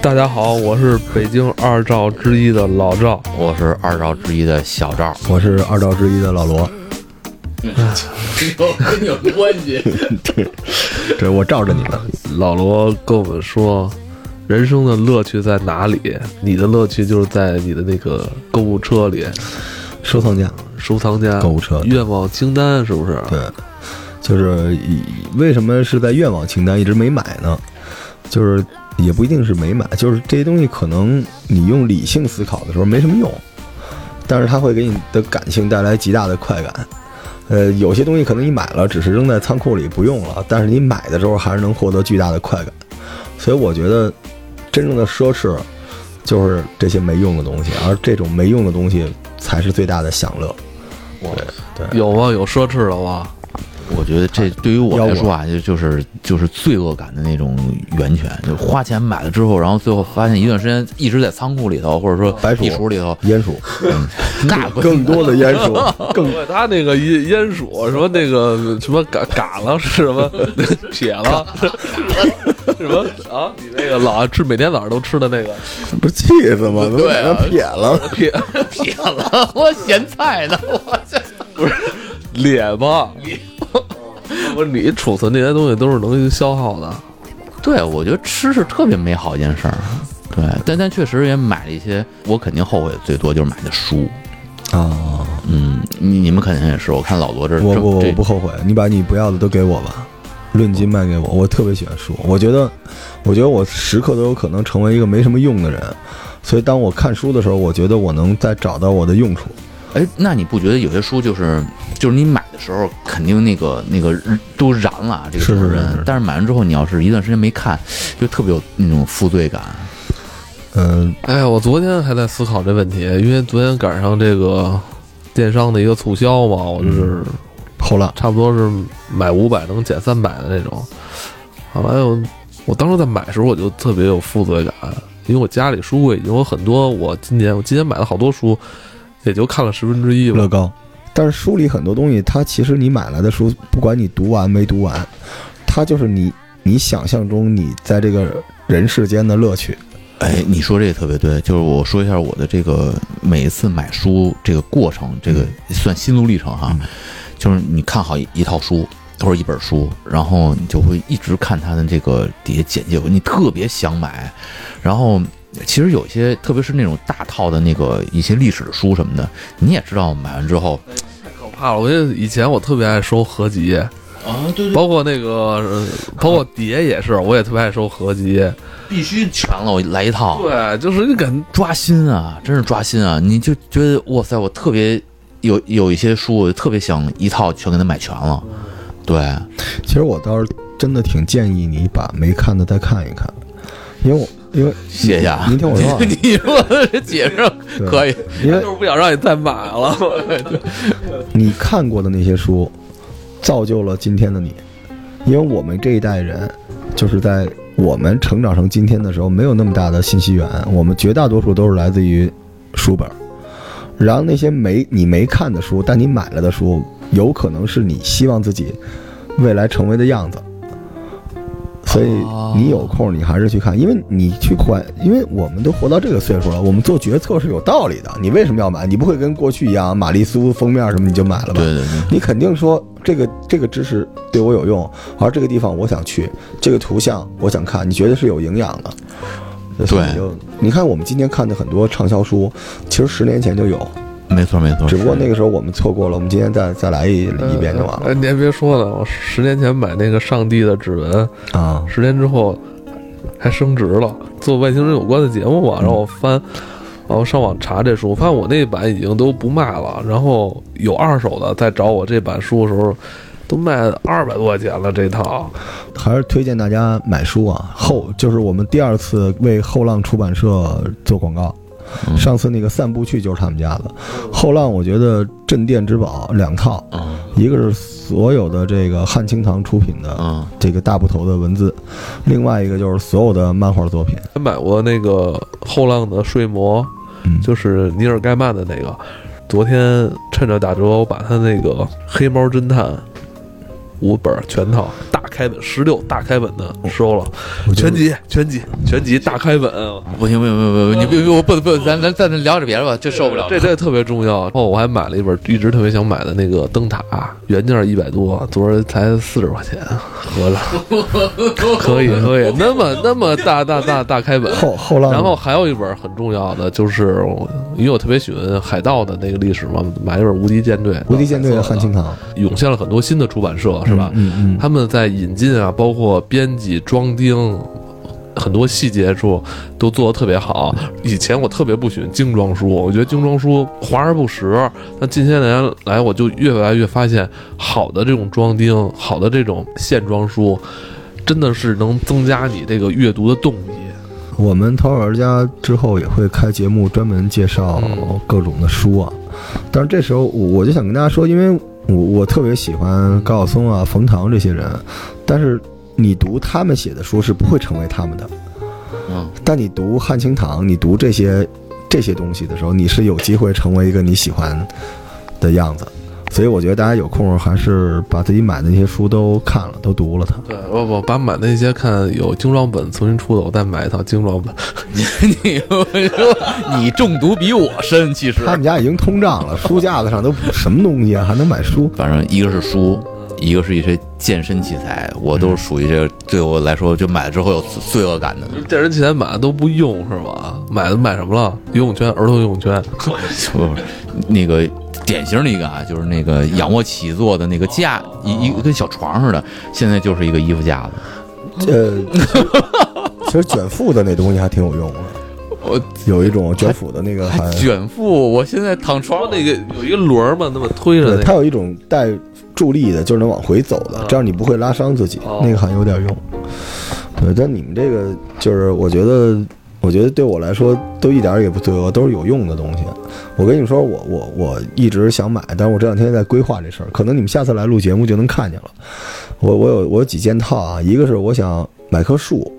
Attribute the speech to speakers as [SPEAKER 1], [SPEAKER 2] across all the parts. [SPEAKER 1] 大家好，我是北京二赵之一的老赵。
[SPEAKER 2] 我是二赵之一的小赵，
[SPEAKER 3] 我是二赵之一的老罗，
[SPEAKER 4] 哎有跟你有关系。
[SPEAKER 3] 对我罩着你们。
[SPEAKER 1] 老罗跟我们说，人生的乐趣在哪里？你的乐趣就是在你的那个购物车里、
[SPEAKER 3] 收藏家，
[SPEAKER 1] 收藏夹、
[SPEAKER 3] 购物车对
[SPEAKER 1] 愿望清单，是不是？
[SPEAKER 3] 对，就是以为什么是在愿望清单一直没买呢？就是也不一定是没买，就是这些东西可能你用理性思考的时候没什么用，但是它会给你的感性带来极大的快感。呃，有些东西可能你买了，只是扔在仓库里不用了，但是你买的时候还是能获得巨大的快感。所以我觉得，真正的奢侈就是这些没用的东西，而这种没用的东西才是最大的享乐。对对，
[SPEAKER 1] 有吗？有奢侈的吗？
[SPEAKER 2] 我觉得这对于我
[SPEAKER 3] 要
[SPEAKER 2] 来
[SPEAKER 3] 我
[SPEAKER 2] 说啊，就就是就是罪恶感的那种源泉，就花钱买了之后，然后最后发现一段时间一直在仓库里头，或者说
[SPEAKER 3] 白薯
[SPEAKER 2] 壁橱里 头，
[SPEAKER 3] 鼹鼠，
[SPEAKER 2] 那不
[SPEAKER 3] 更多的鼹鼠，更
[SPEAKER 1] 对他那个烟烟鼠什么那个什么嘎嘎了是什么 撇了 什么啊？你那个老吃每天早上都吃的那个
[SPEAKER 3] 不气死吗？怎么把它撇了？
[SPEAKER 1] 撇
[SPEAKER 2] 撇了， 我咸菜 呢，我这
[SPEAKER 1] 脸吧？ 不是你储存这些东西都是能消耗的，
[SPEAKER 2] 对，我觉得吃是特别美好一件事儿。对，但但确实也买了一些，我肯定后悔最多就是买的书。
[SPEAKER 3] 啊！
[SPEAKER 2] 嗯，你你们肯定也是，我看老罗这
[SPEAKER 3] 我
[SPEAKER 2] 这
[SPEAKER 3] 不
[SPEAKER 2] 这
[SPEAKER 3] 我不后悔，你把你不要的都给我吧，论斤卖给我，我特别喜欢书。我觉得，我觉得我时刻都有可能成为一个没什么用的人，所以当我看书的时候，我觉得我能再找到我的用处。
[SPEAKER 2] 哎，那你不觉得有些书就是就是你买的时候肯定那个那个都燃了，啊这个
[SPEAKER 3] 是是
[SPEAKER 2] 人，
[SPEAKER 3] 是是
[SPEAKER 2] 但是买完之后你要是一段时间没看，就特别有那种负罪感。
[SPEAKER 3] 嗯、
[SPEAKER 1] 哎呀，我昨天还在思考这问题，因为昨天赶上这个电商的一个促销嘛，我就是
[SPEAKER 3] 后浪
[SPEAKER 1] 差不多是买五百能减三百的那种。后来我我当时在买的时候我就特别有负罪感，因为我家里书柜已经有很多，我今年我今年买了好多书，也就看了十分之一吧
[SPEAKER 3] 乐。高，但是书里很多东西，它其实你买来的书，不管你读完没读完，它就是你你想象中你在这个人世间的乐趣。
[SPEAKER 2] 哎，你说这个特别对，就是我说一下我的这个每一次买书这个过程，这个算心路历程哈，就是你看好一一套书或者一本书，然后你就会一直看它的这个底下简介文，你特别想买，然后。其实有些，特别是那种大套的那个一些历史的书什么的，你也知道，买完之后
[SPEAKER 1] 可怕啊了！我觉得以前我特别爱收合集，
[SPEAKER 2] 啊，对
[SPEAKER 1] 包括那个，呃包括碟也是，我也特别爱收合集。
[SPEAKER 2] 必须全了，我来一套，
[SPEAKER 1] 对，就是你感觉
[SPEAKER 2] 抓心啊，真是抓心啊！你就觉得哇塞，我特别有有一些书，我就特别想一套全给它买全了。对，
[SPEAKER 3] 其实我倒是真的挺建议你把没看的再看一看，因为我因为
[SPEAKER 2] 谢谢啊！
[SPEAKER 3] 您听我说啊
[SPEAKER 2] 你说的这解释
[SPEAKER 3] 对
[SPEAKER 2] 可以，
[SPEAKER 3] 因为
[SPEAKER 1] 就是不想让你再买了。
[SPEAKER 3] 你看过的那些书，造就了今天的你。因为我们这一代人，就是在我们成长成今天的时候，没有那么大的信息源，我们绝大多数都是来自于书本儿。然后那些没你没看的书，但你买了的书，有可能是你希望自己未来成为的样子。所以
[SPEAKER 2] 哦
[SPEAKER 3] 你有空，你还是去看，因为你去换，因为我们都活到这个岁数了，我们做决策是有道理的。你为什么要买？你不会跟过去一样，玛丽苏封面什么你就买了吧？
[SPEAKER 2] 对对对，
[SPEAKER 3] 你肯定说这个这个知识对我有用，而这个地方我想去，这个图像我想看，你觉得是有营养的。所以你就，你看我们今天看的很多畅销书，其实十年前就有，
[SPEAKER 2] 没错没错。
[SPEAKER 3] 只不过
[SPEAKER 2] 啊是
[SPEAKER 3] 那个时候我们错过了，我们今天再再来一一遍就完
[SPEAKER 1] 哎，
[SPEAKER 3] 了
[SPEAKER 1] 你还别说呢，我十年前买那个上帝的指纹，
[SPEAKER 3] 啊。
[SPEAKER 1] 十年之后还升值了，做外星人有关的节
[SPEAKER 3] 嗯
[SPEAKER 1] 目嘛。然后我翻，然后上网查这书，发现我那版已经都不卖了，然后有二手的在找我这版书的时候，都卖二百多块钱了这套。
[SPEAKER 3] 还是推荐大家买书啊，后就是我们第二次为后浪出版社做广告。
[SPEAKER 2] 嗯
[SPEAKER 3] 上次那个散步去就是他们家的，后浪我觉得镇店之宝两套，
[SPEAKER 2] 嗯
[SPEAKER 3] 一个是所有的这个汉清堂出品的
[SPEAKER 2] 嗯，
[SPEAKER 3] 这个大部头的文字，另外一个就是所有的漫画作品。
[SPEAKER 1] 还买过那个后浪的睡魔，
[SPEAKER 3] 嗯
[SPEAKER 1] 就是尼尔盖曼的那个。昨天趁着打折，我把他那个《黑猫侦探》五本全套大开本，十六大开本的收了，
[SPEAKER 3] 我觉得
[SPEAKER 1] 全集全集全集大开本，啊
[SPEAKER 2] 不行不行不行不行，你别别我不不，咱咱咱聊点别的吧，这受不了。
[SPEAKER 1] 这这特别重要。然后我还买了一本一直特别想买的那个《灯塔》，原价一百多，昨儿才四十块钱，合着可以可以，那么那么大大大大开本。
[SPEAKER 3] 后后浪，
[SPEAKER 1] 然后还有一本很重要的，就是我因为我特别喜欢海盗的那个历史嘛，买一本《无敌舰队》。
[SPEAKER 3] 无敌舰队的汉青堂
[SPEAKER 1] 啊涌现了很多新的出版社，是吧？
[SPEAKER 3] 嗯嗯，
[SPEAKER 1] 他们在引进啊，包括编辑、装订，很多细节处都做得特别好。以前我特别不喜欢精装书，我觉得精装书华而不实。但近些年来，我就越来越发现，好的这种装订，好的这种线装书，真的是能增加你这个阅读的动力。
[SPEAKER 3] 我们淘宝玩家之后也会开节目专门介绍
[SPEAKER 1] 嗯
[SPEAKER 3] 各种的书啊，但是这时候我我就想跟大家说，因为我我特别喜欢高晓松啊、冯唐这些人，但是你读他们写的书是不会成为他们的，
[SPEAKER 2] 嗯，
[SPEAKER 3] 但你读汉青堂，你读这些这些东西的时候，你是有机会成为一个你喜欢的样子。所以我觉得大家有空还是把自己买的那些书都看了，都读了它。
[SPEAKER 1] 对，我我把买那些看有精装本重新出的，我再买一套精装本。
[SPEAKER 2] 你我说你中毒比我深，其实
[SPEAKER 3] 他们家已经通胀了，书架子上都什么东西啊，还能买书？
[SPEAKER 2] 反正一个是书，一个是一些健身器材，我都是属于这个对我来说就买了之后有罪恶感的。
[SPEAKER 1] 健身器材买的都不用是吧？买的买什么了？游泳圈，儿童游泳圈。
[SPEAKER 2] 不不，那个典型的一个啊，就是那个仰卧起坐的那个架，一一个跟小床似的，现在就是一个衣服架子。
[SPEAKER 3] 呃， 其实卷腹的那东西还挺有用的，
[SPEAKER 2] 我
[SPEAKER 3] 有一种卷腹的那个还，
[SPEAKER 2] 卷腹，我现在躺
[SPEAKER 1] 说
[SPEAKER 2] 床
[SPEAKER 1] 那个有一个轮儿嘛，那么推着
[SPEAKER 3] 对，
[SPEAKER 1] 那
[SPEAKER 3] 它
[SPEAKER 1] 个。
[SPEAKER 3] 有一种带助力的，就是能往回走的
[SPEAKER 1] 啊，
[SPEAKER 3] 这样你不会拉伤自己
[SPEAKER 1] 哦，
[SPEAKER 3] 那个还有点用。对，但你们这个就是，我觉得，我觉得对我来说都一点儿也不罪恶，都是有用的东西。我跟你说，我我我一直想买，但是我这两天在规划这事儿，可能你们下次来录节目就能看见了。我我有我有几件套啊，一个是我想买棵树，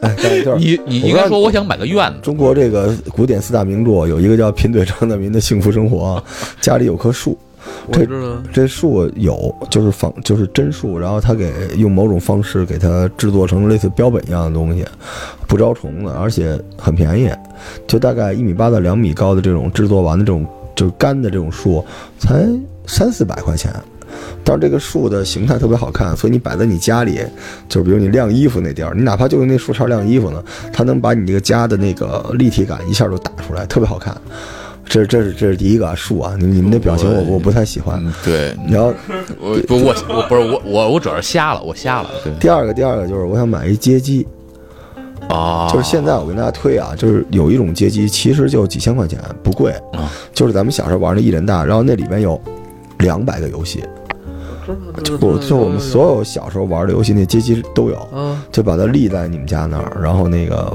[SPEAKER 3] 哎，但就 是
[SPEAKER 2] 你你应该说我想买个院子，
[SPEAKER 3] 中国这个古典四大名著有一个叫《贫嘴张大民的幸福生活》，家里有棵树，
[SPEAKER 1] 我知道。
[SPEAKER 3] 这树有就是仿就是真树，然后他给用某种方式给它制作成类似标本一样的东西，不招虫子，而且很便宜，就大概一米八到两米高的这种制作完的这种就是干的这种树，才三四百块钱。但是这个树的形态特别好看，所以你摆在你家里，就是比如你晾衣服那地儿，你哪怕就用那树杈晾衣服呢，它能把你这个家的那个立体感一下就打出来，特别好看。这这是这是第一个啊树啊，你你们那表情我我不太喜欢。
[SPEAKER 2] 嗯，对，
[SPEAKER 3] 然后
[SPEAKER 2] 我不我我不是我我我主要是瞎了，我瞎了，对
[SPEAKER 3] 第二个，第二个就是我想买一街机，
[SPEAKER 2] 啊，
[SPEAKER 3] 就是现在我跟大家推啊，就是有一种街机，其实就几千块钱，不贵
[SPEAKER 2] 啊，
[SPEAKER 3] 就是咱们小时候玩的一人大，然后那里面有两百个游戏，
[SPEAKER 1] 就
[SPEAKER 3] 我就我们所有小时候玩的游戏，那街机都有，
[SPEAKER 1] 啊，
[SPEAKER 3] 就把它立在你们家那儿，然后那个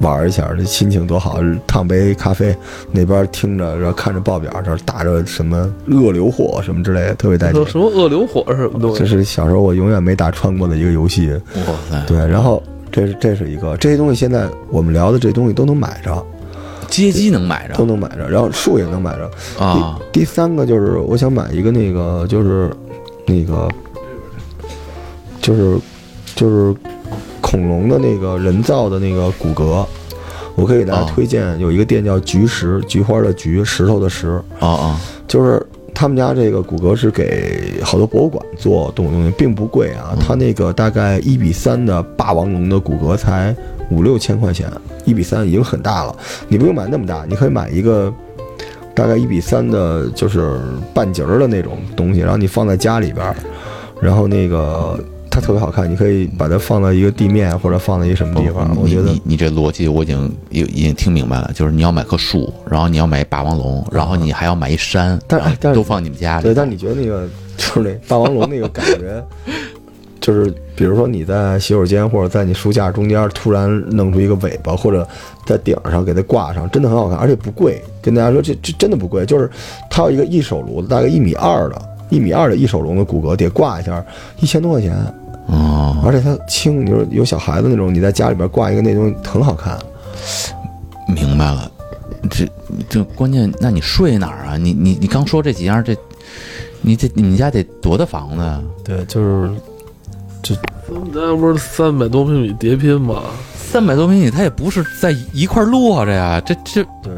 [SPEAKER 3] 玩一下，这心情多好，烫杯咖啡，那边听着，然后看着报表，这儿打着什么恶流火什么之类的，特别带劲
[SPEAKER 1] 有。什么恶灵火什么东西？
[SPEAKER 3] 这是小时候我永远没打穿过的一个游戏，
[SPEAKER 2] 哇塞，
[SPEAKER 3] 对，然后这是这是一个这些东西，现在我们聊的这些东西都能买着，
[SPEAKER 2] 街机能买
[SPEAKER 3] 都
[SPEAKER 2] 着
[SPEAKER 3] 能买着，然后树也能买着。
[SPEAKER 2] 啊，
[SPEAKER 3] 第第三个就是我想买一个那个就是那个就是就是恐龙的那个人造的那个骨骼。我可以给大家
[SPEAKER 2] 哦
[SPEAKER 3] 推荐有一个店叫菊石，菊花的菊，石头的石，
[SPEAKER 2] 哦哦，
[SPEAKER 3] 就是他们家这个骨骼是给好多博物馆做动物用的，并不贵啊。
[SPEAKER 2] 嗯
[SPEAKER 3] 它那个大概一比三的霸王龙的骨骼才五六千块钱，一比三已经很大了。你不用买那么大，你可以买一个大概一比三的，就是半截儿的那种东西，然后你放在家里边儿，然后那个。它特别好看，你可以把它放到一个地面或者放到一个什么地方，
[SPEAKER 2] 不哦
[SPEAKER 3] 我
[SPEAKER 2] 你
[SPEAKER 3] 觉得
[SPEAKER 2] 你你这逻辑我已经已已经听明白了，就是你要买棵树，然后你要买霸王龙，然后你还要买一山，
[SPEAKER 3] 但哎
[SPEAKER 2] 然后
[SPEAKER 3] 但是
[SPEAKER 2] 都放你们家里。
[SPEAKER 3] 对，但你觉得那个就是那霸王龙那个感觉，就是比如说你在洗手间或者在你书架中间突然弄出一个尾巴，或者在顶上给它挂上，真的很好看，而且不贵。跟大家说，这这真的不贵，就是它有一个一手炉子，大概一米二的，一米二的一手龙的骨骼得挂一下，一千多块钱，
[SPEAKER 2] 哦，
[SPEAKER 3] 而且它轻，你说有小孩子那种，你在家里边挂一个那东西很好看。
[SPEAKER 2] 明白了，这就关键，那你睡哪儿啊？你你你刚说这几样，这你这你家得多大房子啊？
[SPEAKER 5] 对，就是
[SPEAKER 1] 咱们家不是三百多平米叠拼吗？
[SPEAKER 2] 三百多平米，它也不是在一块儿落着呀，这这
[SPEAKER 3] 对，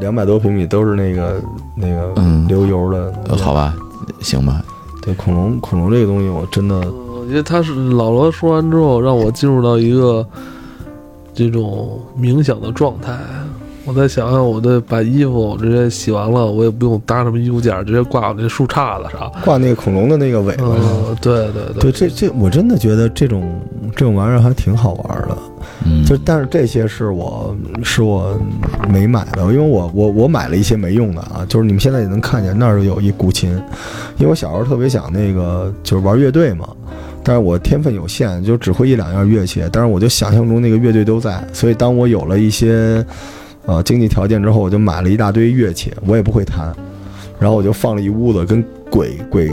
[SPEAKER 3] 两百多平米都是那个那个
[SPEAKER 2] 嗯
[SPEAKER 3] 流油的。
[SPEAKER 2] 呃好吧，行吧，
[SPEAKER 3] 对，恐龙恐龙这个东西，我真的
[SPEAKER 1] 嗯，因为他是老罗说完之后，让我进入到一个这种冥想的状态。我在想想，我这把衣服直接洗完了，我也不用搭什么衣服架，直接挂我这树杈子上。
[SPEAKER 3] 挂那个恐龙的那个尾巴上。
[SPEAKER 1] 嗯，对对对
[SPEAKER 3] 哎对，这这我真的觉得这种这种玩意儿还挺好玩的。
[SPEAKER 2] 嗯，
[SPEAKER 3] 就但是这些是我是我没买的，因为我我我买了一些没用的啊，就是你们现在也能看见那儿有一古琴，因为我小时候特别想那个就是玩乐队嘛，但是我天分有限，就只会一两样乐器，但是我就想象中那个乐队都在，所以当我有了一些呃经济条件之后，我就买了一大堆乐器，我也不会弹，然后我就放了一屋子跟鬼鬼。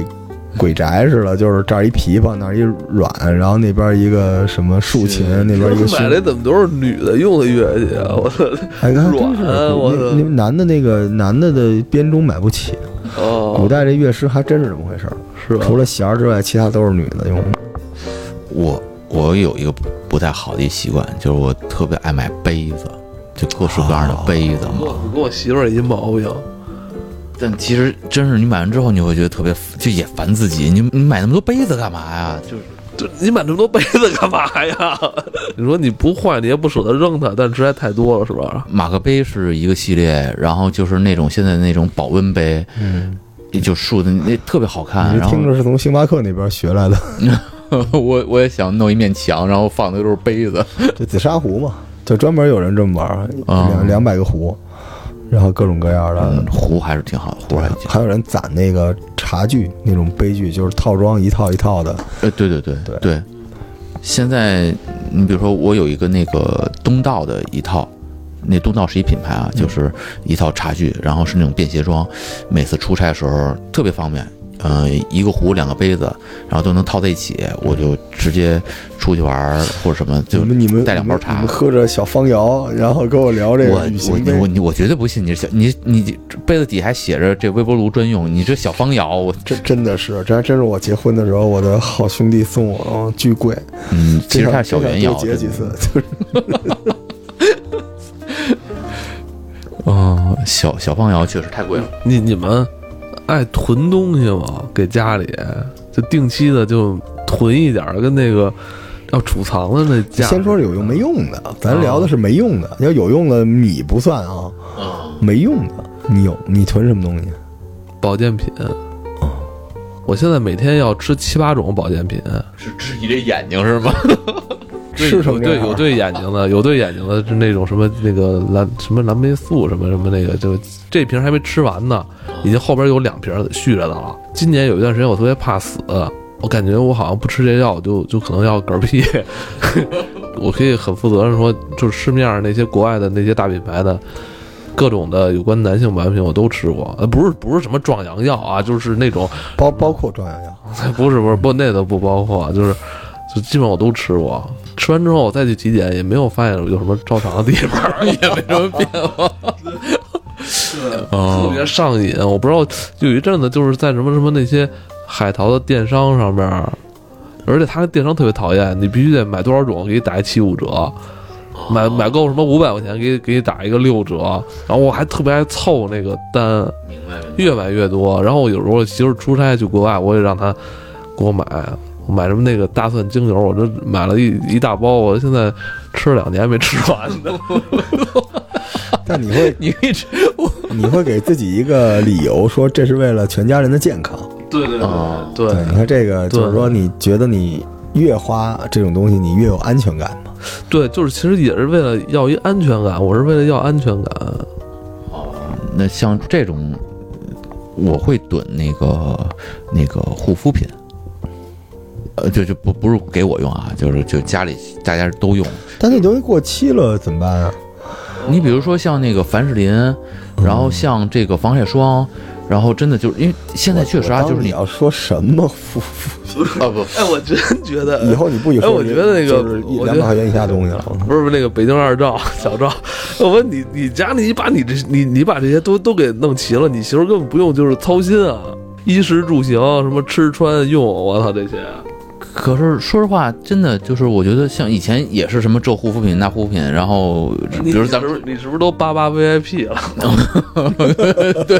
[SPEAKER 3] 鬼宅似的，就是这儿一琵琶，那儿一阮，然后那边一个什么竖琴，
[SPEAKER 2] 是
[SPEAKER 3] 那边一个
[SPEAKER 1] 买
[SPEAKER 3] 胸
[SPEAKER 1] 的怎么都是女的用的乐器啊？我的
[SPEAKER 3] 哎，还真是
[SPEAKER 2] 呃
[SPEAKER 1] 软我
[SPEAKER 3] 那那男的那个男的的编钟买不起，古
[SPEAKER 1] 哦，
[SPEAKER 3] 代这乐师还真是这么回事儿，
[SPEAKER 2] 啊
[SPEAKER 1] 是吧？
[SPEAKER 3] 除了弦儿之外，其他都是女的用的。
[SPEAKER 2] 我我有一个不不太好的一习惯，就是我特别爱买杯子，就各式各样的杯子嘛。
[SPEAKER 1] 我跟我媳妇儿一毛病，
[SPEAKER 2] 但其实真是你买完之后，你会觉得特别就也烦自己，你你买那么多杯子干嘛呀？就是
[SPEAKER 1] 就你买那么多杯子干嘛呀？ 你说你不坏，你也不舍得扔它，但实在太多了，是吧？
[SPEAKER 2] 马克杯是一个系列，然后就是那种现在那种保温杯，
[SPEAKER 3] 嗯，
[SPEAKER 2] 也就竖的那特别好看。然
[SPEAKER 3] 你这
[SPEAKER 2] 后
[SPEAKER 3] 听着是从星巴克那边学来的，
[SPEAKER 2] 我我也想弄一面墙，然后放的都是杯子。
[SPEAKER 3] 就紫砂壶嘛，就专门有人这么玩儿，
[SPEAKER 2] 啊
[SPEAKER 3] 两两百个壶，然后各种各样
[SPEAKER 2] 嗯
[SPEAKER 3] 的，，
[SPEAKER 2] 壶还是挺好的，壶还是挺好。
[SPEAKER 3] 还有人攒那个茶具，那种杯具就是套装一套一套的，
[SPEAKER 2] 呃，对对对
[SPEAKER 3] 对
[SPEAKER 2] 对。现在你比如说，我有一个那个东道的一套，那东道是一品牌啊，就是一套茶具，然后是那种便携装，每次出差的时候特别方便。嗯、一个壶两个杯子，然后都能套在一起，我就直接出去玩儿或者什么，就
[SPEAKER 3] 你们你们
[SPEAKER 2] 带两包
[SPEAKER 3] 你
[SPEAKER 2] 茶
[SPEAKER 3] 们。喝着小方窑，然后跟我聊这
[SPEAKER 2] 我
[SPEAKER 3] 个旅行
[SPEAKER 2] 我我
[SPEAKER 3] 杯，
[SPEAKER 2] 你我绝对不信你是小你你这杯子底还写着这微波炉专用，你这小方窑我
[SPEAKER 3] 这真的是，这还真是我结婚的时候，我的好兄弟送我，哦巨贵。
[SPEAKER 2] 嗯，其
[SPEAKER 3] 这
[SPEAKER 2] 实
[SPEAKER 3] 样
[SPEAKER 2] 它是小
[SPEAKER 3] 这样
[SPEAKER 2] 原窑。
[SPEAKER 3] 多结几次，就是
[SPEAKER 2] 哦，小小方窑确实太贵了。
[SPEAKER 1] 你你们爱囤东西吗？给家里就定期的就囤一点儿，跟那个要储藏的那家。
[SPEAKER 3] 先说是有用没用的，咱聊的是没用的。要有用的米不算啊，
[SPEAKER 2] 嗯
[SPEAKER 3] 没用的你有你囤什么东西？
[SPEAKER 1] 保健品。
[SPEAKER 3] 哦
[SPEAKER 1] 我现在每天要吃七八种保健品，
[SPEAKER 3] 嗯
[SPEAKER 2] 是质疑这眼睛是吗？
[SPEAKER 3] 吃什么
[SPEAKER 1] 有
[SPEAKER 3] 啊
[SPEAKER 1] 对有对眼睛的，有 对眼睛的是那种什么那个蓝什么蓝莓素什么什么那个，就这瓶还没吃完呢，
[SPEAKER 3] 哦
[SPEAKER 1] 已经后边有两瓶续着的了。今年有一段时间我特别怕死，我感觉我好像不吃这药我就就可能要嗝屁。 我可以很负责任地说，就是市面上那些国外的那些大品牌的各种的有关男性保健品我都吃过，呃，不是不是什么壮阳药啊，就是那种
[SPEAKER 3] 包包括壮阳药，
[SPEAKER 1] 不是不是不那都不包括，就是就基本我都吃过。吃完之后我再去体检，也没有发现有什么照常的地方， 也没什么变化。特别上瘾，我不知道，有一阵子就是在什么什么那些海淘的电商上面，而且他那电商特别讨厌，你必须得买多少种，给你打一七五折，买买够什么五百块钱，给你给你打一个六折，然后我还特别爱凑那个单，
[SPEAKER 2] 明白明白。
[SPEAKER 1] 越买越多。然后我有时候媳妇儿出差去国外，我也让她给我买，我买什么那个大蒜精油，我这买了一一大包，我现在吃了两年没吃完呢。
[SPEAKER 3] 但你会
[SPEAKER 2] 你可以吃
[SPEAKER 3] 你会给自己一个理由，说这是为了全家人的健康。
[SPEAKER 1] 对对
[SPEAKER 2] 哦
[SPEAKER 1] 对
[SPEAKER 3] 对，你看这个就是说，你觉得你越花这种东西，你越有安全感嘛？
[SPEAKER 1] 对，就是其实也是为了要一安全感，我是为了要安全感。
[SPEAKER 2] 那像这种，我会囤那个那个护肤品，呃，就就不不是给我用啊，就是就家里大家都用。
[SPEAKER 3] 但那东西过期了怎么办啊？嗯
[SPEAKER 2] 你比如说像那个凡士林，然后像这个防晒霜，然后真的就是因为现在确实啊，
[SPEAKER 3] 我当
[SPEAKER 2] 就是
[SPEAKER 3] 你
[SPEAKER 2] 你
[SPEAKER 3] 要说什么付付，
[SPEAKER 2] 啊不，
[SPEAKER 1] 哎，我真觉得
[SPEAKER 3] 以后你不许说
[SPEAKER 1] 哎我觉得那个
[SPEAKER 3] 就是一
[SPEAKER 1] 我觉得
[SPEAKER 3] 两百块钱以下东西 了。
[SPEAKER 1] 不是不是那个北京二赵小赵，我问你，你家里你把你这你你把这些都都给弄齐了，你媳妇儿根本不用就是操心啊，衣食住行什么吃穿用，我操这些，啊
[SPEAKER 2] 可是说实话，真的就是我觉得像以前也是什么这护肤品那护肤品，然后比
[SPEAKER 1] 你
[SPEAKER 2] 如咱们
[SPEAKER 1] 是不是你是不是都八八 VIP 了？
[SPEAKER 2] 对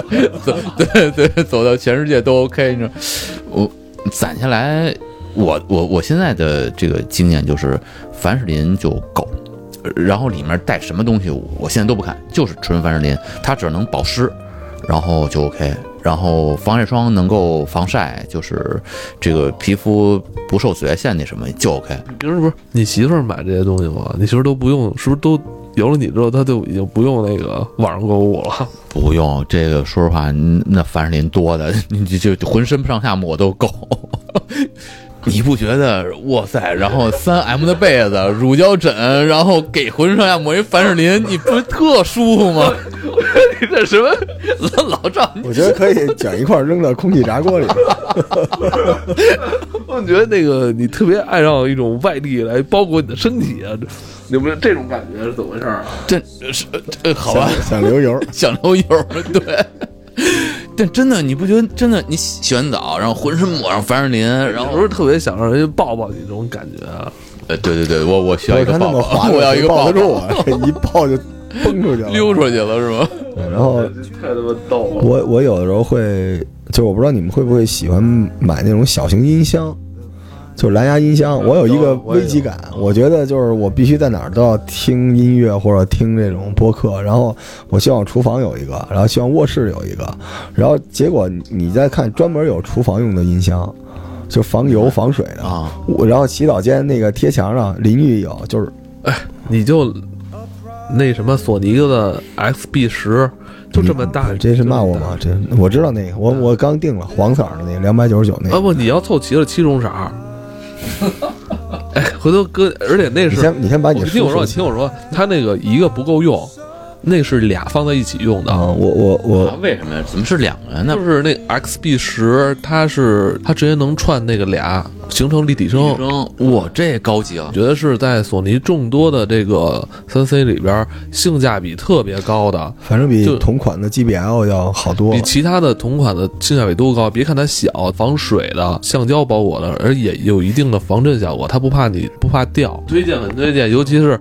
[SPEAKER 2] 对， 走到全世界都 OK。你知道，我攒下来，我我我现在的这个经验就是，凡士林就够，呃然后里面带什么东西，我现在都不看，就是纯凡士林，它只能保湿，然后就 OK。然后防晒霜能够防晒，就是这个皮肤不受紫外线那什么就 OK。
[SPEAKER 1] 你平时不是你媳妇儿买这些东西吗？你媳妇儿都不用，是不是都有了你之后，她就已经不用那个网上购物了？
[SPEAKER 2] 不用这个，说实话，嗯那凡士林多的， 你就就浑身上下抹都够。 你不觉得哇塞？然后三 M 的被子、乳胶枕，然后给浑身上下抹一凡士林，你不是特舒服吗？
[SPEAKER 1] 你这什么？
[SPEAKER 2] 老老赵，你
[SPEAKER 3] 我觉得可以卷一块扔到空气炸锅里。
[SPEAKER 1] 我觉得那个你特别爱让一种外力来包裹你的身体啊，这有没有这种感觉是怎么回事儿啊？
[SPEAKER 2] 这是这 好 吧？
[SPEAKER 3] 想留油，
[SPEAKER 2] 想留油，对。 但真的，你不觉得真的？你洗洗完澡，然后浑身抹上凡士林，然
[SPEAKER 1] 有
[SPEAKER 2] 后
[SPEAKER 1] 时候特别想让人家抱抱你这种感觉啊。
[SPEAKER 2] 呃，对对对，我我需要一
[SPEAKER 3] 他
[SPEAKER 2] 个
[SPEAKER 3] 那
[SPEAKER 2] 抱
[SPEAKER 3] 么
[SPEAKER 2] 抱，
[SPEAKER 3] 滑，
[SPEAKER 2] 我要一个
[SPEAKER 3] 抱
[SPEAKER 2] 抱
[SPEAKER 3] 得啊住
[SPEAKER 2] 抱，
[SPEAKER 3] 我， 一抱就崩出去了。
[SPEAKER 2] 溜出去了是吗？
[SPEAKER 3] 对然后
[SPEAKER 1] 太他妈逗了！
[SPEAKER 3] 我我有的时候会，就我不知道你们会不会喜欢买那种小型音箱，就是蓝牙音箱。我有一个危机感，我觉得就是我必须在哪儿都要听音乐或者听这种播客。然后我希望厨房有一个，然后希望卧室有一个，然后结果你你再看专门有厨房用的音箱，就防油防水的。
[SPEAKER 2] 啊，
[SPEAKER 3] 我然后洗澡间那个贴墙上淋浴有，就是
[SPEAKER 1] 你就那什么索尼的 XB 十，就这么大，
[SPEAKER 3] 你这 是骂我吗？这我知道那个，我我刚定了黄色儿的那个两百九十九那
[SPEAKER 1] 啊
[SPEAKER 3] 个。
[SPEAKER 1] 不，你要凑齐了七种色儿。哎，回头哥，而且那
[SPEAKER 3] 你
[SPEAKER 1] 是，
[SPEAKER 3] 先你先把
[SPEAKER 1] 哎
[SPEAKER 3] 你
[SPEAKER 1] 你
[SPEAKER 3] 的
[SPEAKER 1] 听我
[SPEAKER 3] 书
[SPEAKER 1] 说，
[SPEAKER 3] 起
[SPEAKER 1] 听我说，他那个一个不够用，那是俩放在一起用的。
[SPEAKER 3] 啊，我我
[SPEAKER 2] 啊
[SPEAKER 3] 我，
[SPEAKER 2] 为什么呀？怎么是两个人呢
[SPEAKER 1] 就？是那 XB 十，它是它直接能串那个俩，形成立体声。
[SPEAKER 2] 女生，哇，这高级
[SPEAKER 1] 我
[SPEAKER 2] 了！
[SPEAKER 1] 觉得是在索尼众多的这个三 C 里边儿，性价比特别高的，
[SPEAKER 3] 反正比
[SPEAKER 1] 就
[SPEAKER 3] 同款的 GBL 要好多
[SPEAKER 1] 比
[SPEAKER 3] 了。
[SPEAKER 1] 其他的同款的性价比都高。别看它小，防水的，橡胶包裹的，而也有一定的防震效果，它不怕你不怕掉。推荐很推荐，尤其是。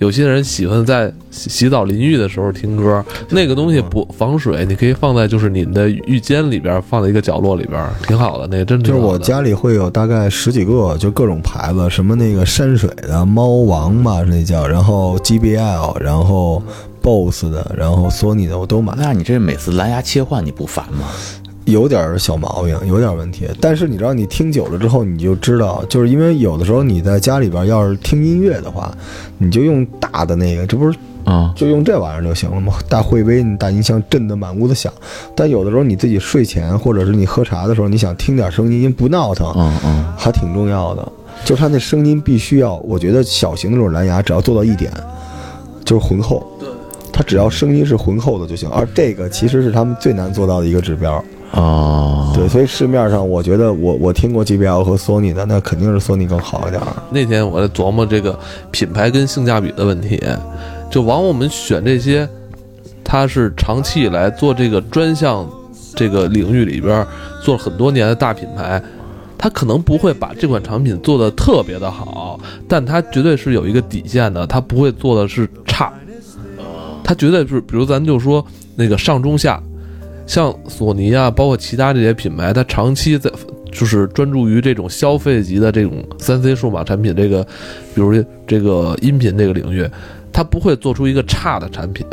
[SPEAKER 1] 有些人喜欢在洗洗澡淋浴的时候听歌，那个东西不防水，你可以放在就是你们的浴间里边儿，放在一个角落里边儿，挺好的，那个真挺
[SPEAKER 3] 就是
[SPEAKER 1] 好
[SPEAKER 3] 我
[SPEAKER 1] 的
[SPEAKER 3] 家里会有大概十几个，就各种牌子，什么那个山水的、猫王吧，那叫，然后 GBL，然后 BOSS 的，然后索尼的，我都买。
[SPEAKER 2] 那你这每次蓝牙切换你不烦吗？
[SPEAKER 3] 有点儿小毛病，有点儿问题。但是你知道，你听久了之后，你就知道，就是因为有的时候你在家里边要是听音乐的话，你就用大的那个，这不是
[SPEAKER 2] 啊、
[SPEAKER 3] 就用这玩意儿就行了嘛。大会威，你大音箱震得满屋子响。但有的时候你自己睡前或者是你喝茶的时候，你想听点声音不闹腾，
[SPEAKER 2] 嗯嗯
[SPEAKER 3] 还挺重要的。就是它那声音必须要，我觉得小型的这种蓝牙只要做到一点，就是浑厚。对，它只要声音是浑厚的就行。而这个其实是他们最难做到的一个指标。
[SPEAKER 2] 哦，
[SPEAKER 3] 对，所以市面上我觉得我我听过 GBL 和索尼的，那肯定是索尼更好一点儿。
[SPEAKER 1] 那天我在琢磨这个品牌跟性价比的问题，就往我们选这些，它是长期以来做这个专项这个领域里边儿做了很多年的大品牌，它可能不会把这款产品做得特别的好，但它绝对是有一个底线的，它不会做的是差，它绝对是，比如咱就说那个上中下，像索尼啊，包括其他这些品牌，它长期在就是专注于这种消费级的这种三 C 数码产品，这个比如这个音频这个领域，它不会做出一个差的产品。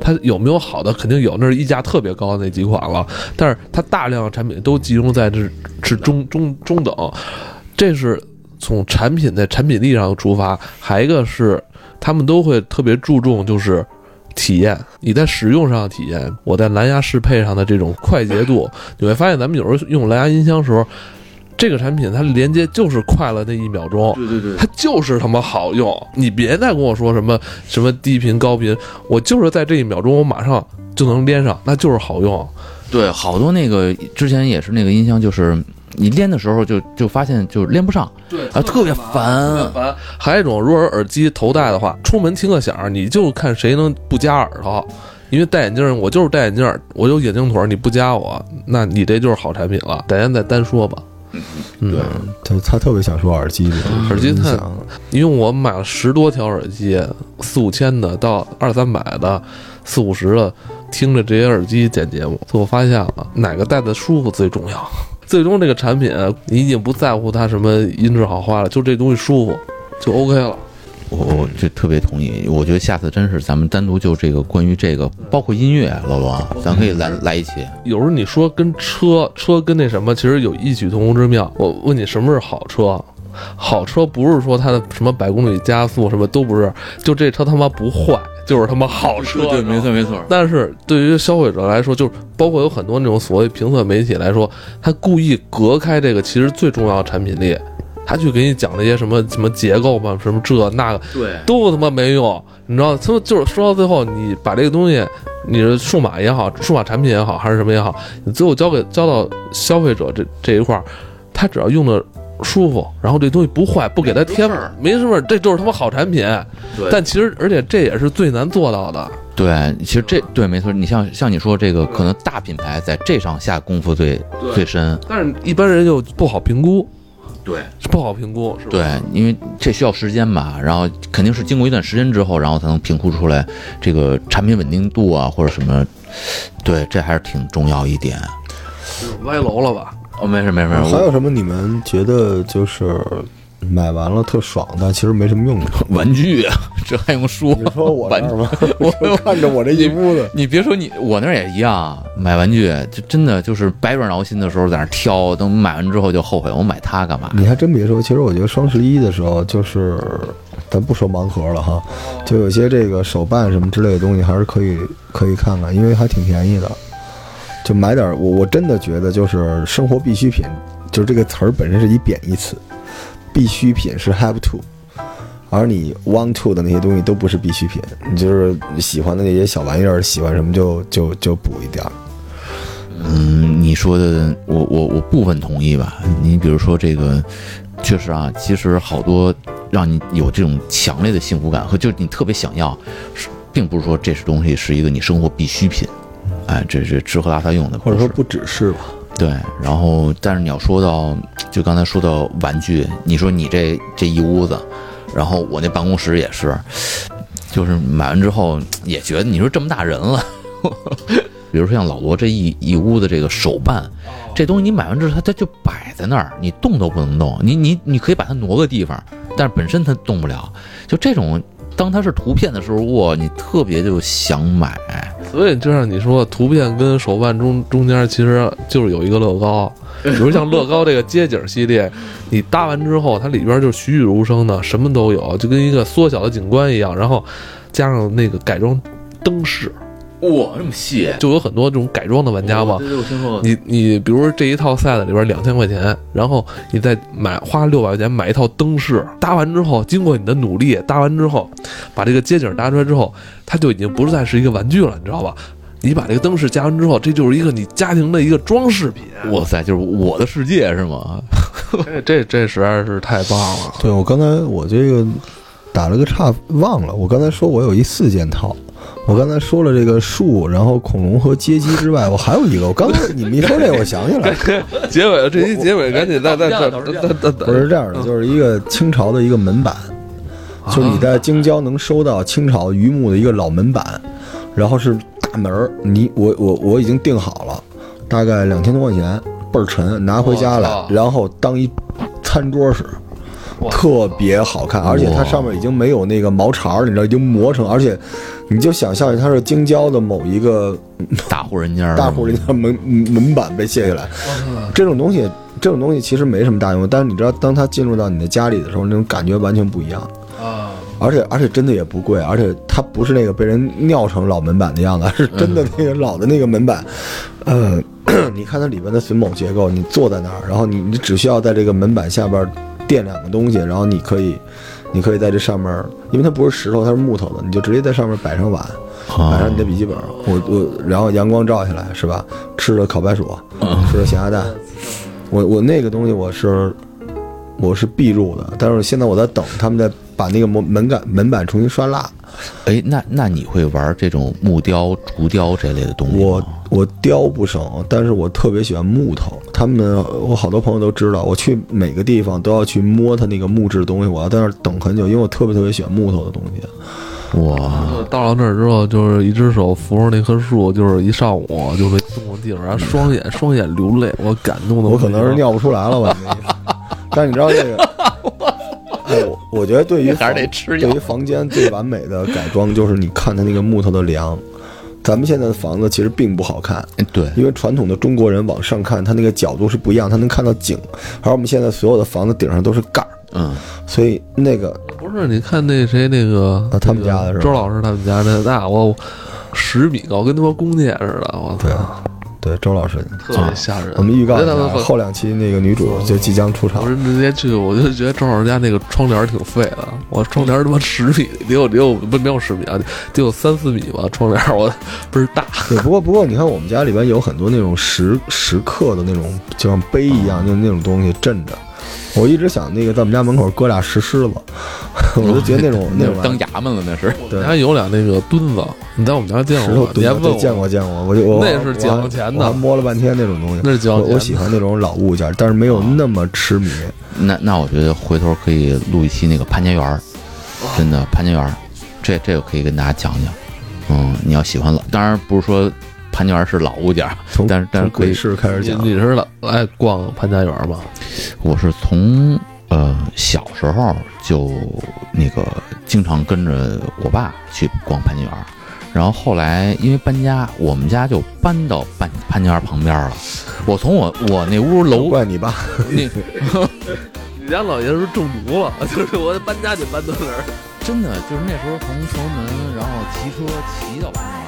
[SPEAKER 1] 它有没有好的，肯定有，那是溢价特别高的那几款了。但是它大量的产品都集中在这是中中中等，这是从产品的产品力上出发。还一个是他们都会特别注重就是体验，你在使用上的体验，我在蓝牙适配上的这种快捷度，你会发现咱们有时候用蓝牙音箱的时候。这个产品它连接就是快了那一秒钟，对对对，它就是他妈好用。你别再跟我说什么什么低频高频，我就是在这一秒钟我马上就能连上，那就是好用。
[SPEAKER 2] 对，好多那个之前也是那个音箱，就是你连的时候就就发现就连不上，
[SPEAKER 1] 对
[SPEAKER 2] 啊特别烦
[SPEAKER 1] 特别烦。还有一种，如果是耳机头戴的话，出门听个响儿，你就看谁能不加耳朵。因为戴眼镜儿，我就是戴眼镜儿，我有眼镜腿儿，你不加我，那你这就是好产品了。改天再单说吧。嗯，
[SPEAKER 3] 对，他他特别想说耳机这个
[SPEAKER 1] 耳机
[SPEAKER 3] 音
[SPEAKER 1] 太
[SPEAKER 3] 响
[SPEAKER 1] 因为我买了十多条耳机，四五千的到二三百的，四五十的，听着这些耳机剪节目，最后发现了哪个戴的舒服最重要。 最终这个产品，你已经不在乎它什么音质好坏了，就这东西舒服就 OK 了。
[SPEAKER 2] 我我这特别同意，我觉得下次真是咱们单独就这个关于这个，包括音乐，老罗啊，咱可以来来一期。
[SPEAKER 1] 有时候你说跟车车跟那什么，其实有异曲同工之妙。我问你什么是好车？好车不是说它的什么百公里加速什么都不是，就这车他妈不坏，就是他妈好车。
[SPEAKER 2] 对，
[SPEAKER 1] 你知道吗
[SPEAKER 2] 没错没错。
[SPEAKER 1] 但是对于消费者来说，就是包括有很多那种所谓评测媒体来说，他故意隔开这个其实最重要的产品力，他去给你讲那些什么什么结构嘛，什么这那个
[SPEAKER 4] 对，
[SPEAKER 1] 都他妈没用，你知道？他们就是说到最后，你把这个东西，你是数码也好，数码产品也好，还是什么也好，你最后交给交到消费者这这一块儿，他只要用的舒服，然后这东西不坏，不给他添
[SPEAKER 4] 没事儿
[SPEAKER 1] 没什么，这就是他妈好产品。
[SPEAKER 4] 对
[SPEAKER 1] 但其实，而且这也是最难做到的。
[SPEAKER 2] 对，其实这对没错，你像像你说这个，可能大品牌在这上下功夫最
[SPEAKER 4] 对
[SPEAKER 2] 最深。
[SPEAKER 1] 但是一般人就不好评估，
[SPEAKER 4] 对，
[SPEAKER 1] 不好评估，是吧？
[SPEAKER 2] 对，因为这需要时间吧，然后肯定是经过一段时间之后，然后才能评估出来这个产品稳定度啊，或者什么，对，这还是挺重要一点。
[SPEAKER 1] 歪楼了吧？
[SPEAKER 2] 哦，没事没事没事，
[SPEAKER 3] 呃还有
[SPEAKER 2] 我
[SPEAKER 3] 什么你们觉得就是买完了特爽，但其实没什么用的？
[SPEAKER 2] 玩具 啊，这还用说？
[SPEAKER 3] 你说我
[SPEAKER 2] 玩
[SPEAKER 3] 这儿吗？
[SPEAKER 2] 我
[SPEAKER 3] 就看着我这一屋子，
[SPEAKER 2] 你别说你，我那儿也一样，买玩具就真的就是百软挠心的时候在那儿挑，等买完之后就后悔，我买它干嘛？
[SPEAKER 3] 你还真别说，其实我觉得双十一的时候，就是咱不说盲盒了哈，就有些这个手办什么之类的东西，还是可以可以看看，因为还挺便宜的。就买点儿，我我真的觉得就是生活必需品，就是这个词儿本身是一贬义词，必需品是 have to，而你 want to 的那些东西都不是必需品，你就是喜欢的那些小玩意儿，喜欢什么就就就补一点儿。
[SPEAKER 2] 嗯，你说的我我我部分同意吧。你比如说这个，确实啊，其实好多让你有这种强烈的幸福感和就是你特别想要，是并不是说这是东西是一个你生活必需品，哎，这是吃喝拉撒用的，
[SPEAKER 3] 或者说
[SPEAKER 2] 不
[SPEAKER 3] 不只是吧，
[SPEAKER 2] 是对。然后，但是你要说到，就刚才说到玩具，你说你这这一屋子，然后我那办公室也是，就是买完之后也觉得你说这么大人了。 比如说像老罗这一一屋的这个手办，这东西你买完之后，它它就摆在那儿，你动都不能动。你你你可以把它挪个地方，但是本身它动不了。就这种，当它是图片的时候，哇，你特别就想买。
[SPEAKER 1] 所以就像你说，图片跟手办中中间其实就是有一个乐高，比如像乐高这个街景系列，你搭完之后，它里边就栩栩如生的，什么都有，就跟一个缩小的景观一样，然后加上那个改装灯饰，
[SPEAKER 2] 哇，这么细，
[SPEAKER 1] 就有很多这种改装的玩家嘛。
[SPEAKER 2] 这我听说。
[SPEAKER 1] 你你比如说这一套 set 里边两千块钱，然后你再买花六百块钱买一套灯饰，搭完之后，经过你的努力搭完之后，把这个街景搭出来之后，它就已经不再是一个玩具了，你知道吧？你把这个灯饰加完之后，这就是一个你家庭的一个装饰品。
[SPEAKER 2] 哇塞，就是我的世界是吗？
[SPEAKER 1] 这这这实在是太棒了！
[SPEAKER 3] 对我刚才我这个打了个岔，忘了我刚才说我有一四件套。我刚才说了这个树，然后恐龙和街机之外，我还有一个。我刚才你们一说这，我想起来了，
[SPEAKER 1] 结尾这期结尾赶紧再再再再再
[SPEAKER 3] 不是这样
[SPEAKER 1] 嗯
[SPEAKER 3] 的，就是一个清朝的一个门板，
[SPEAKER 1] 啊
[SPEAKER 3] 就是你在京郊能收到清朝榆木的一个老门板，然后是大门儿，你我我我已经定好了，大概两千多块钱，倍儿沉，拿回家来
[SPEAKER 1] 我，操
[SPEAKER 3] 然后当一餐桌使。
[SPEAKER 1] 我
[SPEAKER 3] 特别好看，而且它上面已经没有那个毛茬儿，你知道，已经磨成，而且你就想象它是京郊的某一个
[SPEAKER 2] 大户人家，
[SPEAKER 3] 大户人家门门板被卸下来，这种东西，这种东西其实没什么大用，但是你知道，当它进入到你的家里的时候，那种感觉完全不一样。
[SPEAKER 1] 啊，
[SPEAKER 3] 而且而且真的也不贵，而且它不是那个被人尿成老门板的样子，而是真的那个老的那个门板。嗯， 你看它里边的榫卯结构，你坐在那儿，然后你你只需要在这个门板下边垫两个东西，然后你可以，你可以在这上面，因为它不是石头，它是木头的，你就直接在上面摆上碗，
[SPEAKER 2] 啊
[SPEAKER 3] 买上你的笔记本，我我然后阳光照下来是吧？吃着烤白薯，吃着咸鸭蛋，我我那个东西我是我是必入的，但是现在我在等他们在把那个门门杆门板重新刷蜡。
[SPEAKER 2] 哎，那那你会玩这种木雕、竹雕这类的东西吗？
[SPEAKER 3] 我我雕不成，但是我特别喜欢木头。他们我好多朋友都知道，我去每个地方都要去摸它那个木质的东西，我要在那儿等很久，因为我特别特别喜欢木头的东西。
[SPEAKER 2] 哇，
[SPEAKER 1] 呃到了那儿之后，就是一只手扶着那棵树，就是一上午就没动过地儿，然后双眼双眼流泪，我感动的
[SPEAKER 3] 我可能是尿不出来了吧，那意思但是你知道这个，哎，我我觉得对于
[SPEAKER 2] 还是
[SPEAKER 3] 房
[SPEAKER 2] 得吃药
[SPEAKER 3] 对于房间最完美的改装就是你看它那个木头的梁。咱们现在的房子其实并不好看，
[SPEAKER 2] 哎对，
[SPEAKER 3] 因为传统的中国人往上看，他那个角度是不一样，他能看到景，而我们现在所有的房子顶上都是盖儿，
[SPEAKER 2] 嗯，
[SPEAKER 3] 所以那个
[SPEAKER 1] 不是，你看那谁那个、
[SPEAKER 3] 啊他们家的
[SPEAKER 1] 那个
[SPEAKER 3] 是吧
[SPEAKER 1] 周老师他们家那那我十米高，跟他妈弓箭似的，我
[SPEAKER 3] 对
[SPEAKER 1] 操，
[SPEAKER 3] 啊，对周老师，
[SPEAKER 1] 特别吓人。
[SPEAKER 3] 啊我们预告一
[SPEAKER 1] 我觉得
[SPEAKER 3] 下
[SPEAKER 1] 他们
[SPEAKER 3] 后两期那个女主就即将出场
[SPEAKER 1] 我，是直接去，我就觉得周老师家那个窗帘儿挺废的，我窗帘儿他妈十米，得有得有不没有十米啊，得有三四米吧，窗帘儿我倍儿大。
[SPEAKER 3] 对，不过不过，你看我们家里边有很多那种石石刻的那种，就像碑一样，就那种东西镇着。我一直想那个在我们家门口搁俩石狮子， 我就觉得那
[SPEAKER 1] 哦
[SPEAKER 3] 种那种玩意
[SPEAKER 2] 当
[SPEAKER 3] 儿
[SPEAKER 2] 衙门了那是。
[SPEAKER 1] 我们家有俩那个墩子，你在我们家见
[SPEAKER 3] 石
[SPEAKER 1] 过
[SPEAKER 3] 头
[SPEAKER 1] 吗？你
[SPEAKER 3] 堆
[SPEAKER 1] 还
[SPEAKER 3] 着，
[SPEAKER 1] 问
[SPEAKER 3] 对
[SPEAKER 1] 我
[SPEAKER 3] 见过见过，我就我
[SPEAKER 1] 那是解
[SPEAKER 3] 我还
[SPEAKER 1] 放前的
[SPEAKER 3] 我还摸了半天那种东西，
[SPEAKER 1] 那是解放
[SPEAKER 3] 我
[SPEAKER 1] 前的哦
[SPEAKER 3] 我喜欢那种老物件，但是没有那么痴迷。
[SPEAKER 2] 那那我觉得回头可以录一期那个潘家园儿，真的潘家园儿，这这个可以跟大家讲讲。嗯，你要喜欢老，当然不是说潘家园儿是老物件儿，
[SPEAKER 3] 从
[SPEAKER 2] 但是但是
[SPEAKER 3] 从
[SPEAKER 2] 可以
[SPEAKER 3] 鬼市开始
[SPEAKER 1] 你
[SPEAKER 3] 讲，
[SPEAKER 1] 你是老爱逛潘家园吗？
[SPEAKER 2] 我是从呃小时候就那个经常跟着我爸去逛潘家园儿，然后后来因为搬家，我们家就搬到潘潘家园儿旁边儿了。我从我我那屋楼
[SPEAKER 3] 怪你爸，
[SPEAKER 2] 那
[SPEAKER 1] 你家老爷是中毒了， 就是我搬家得搬到那儿。
[SPEAKER 2] 真的就是那时候从崇文门，然后骑车骑到潘家园儿。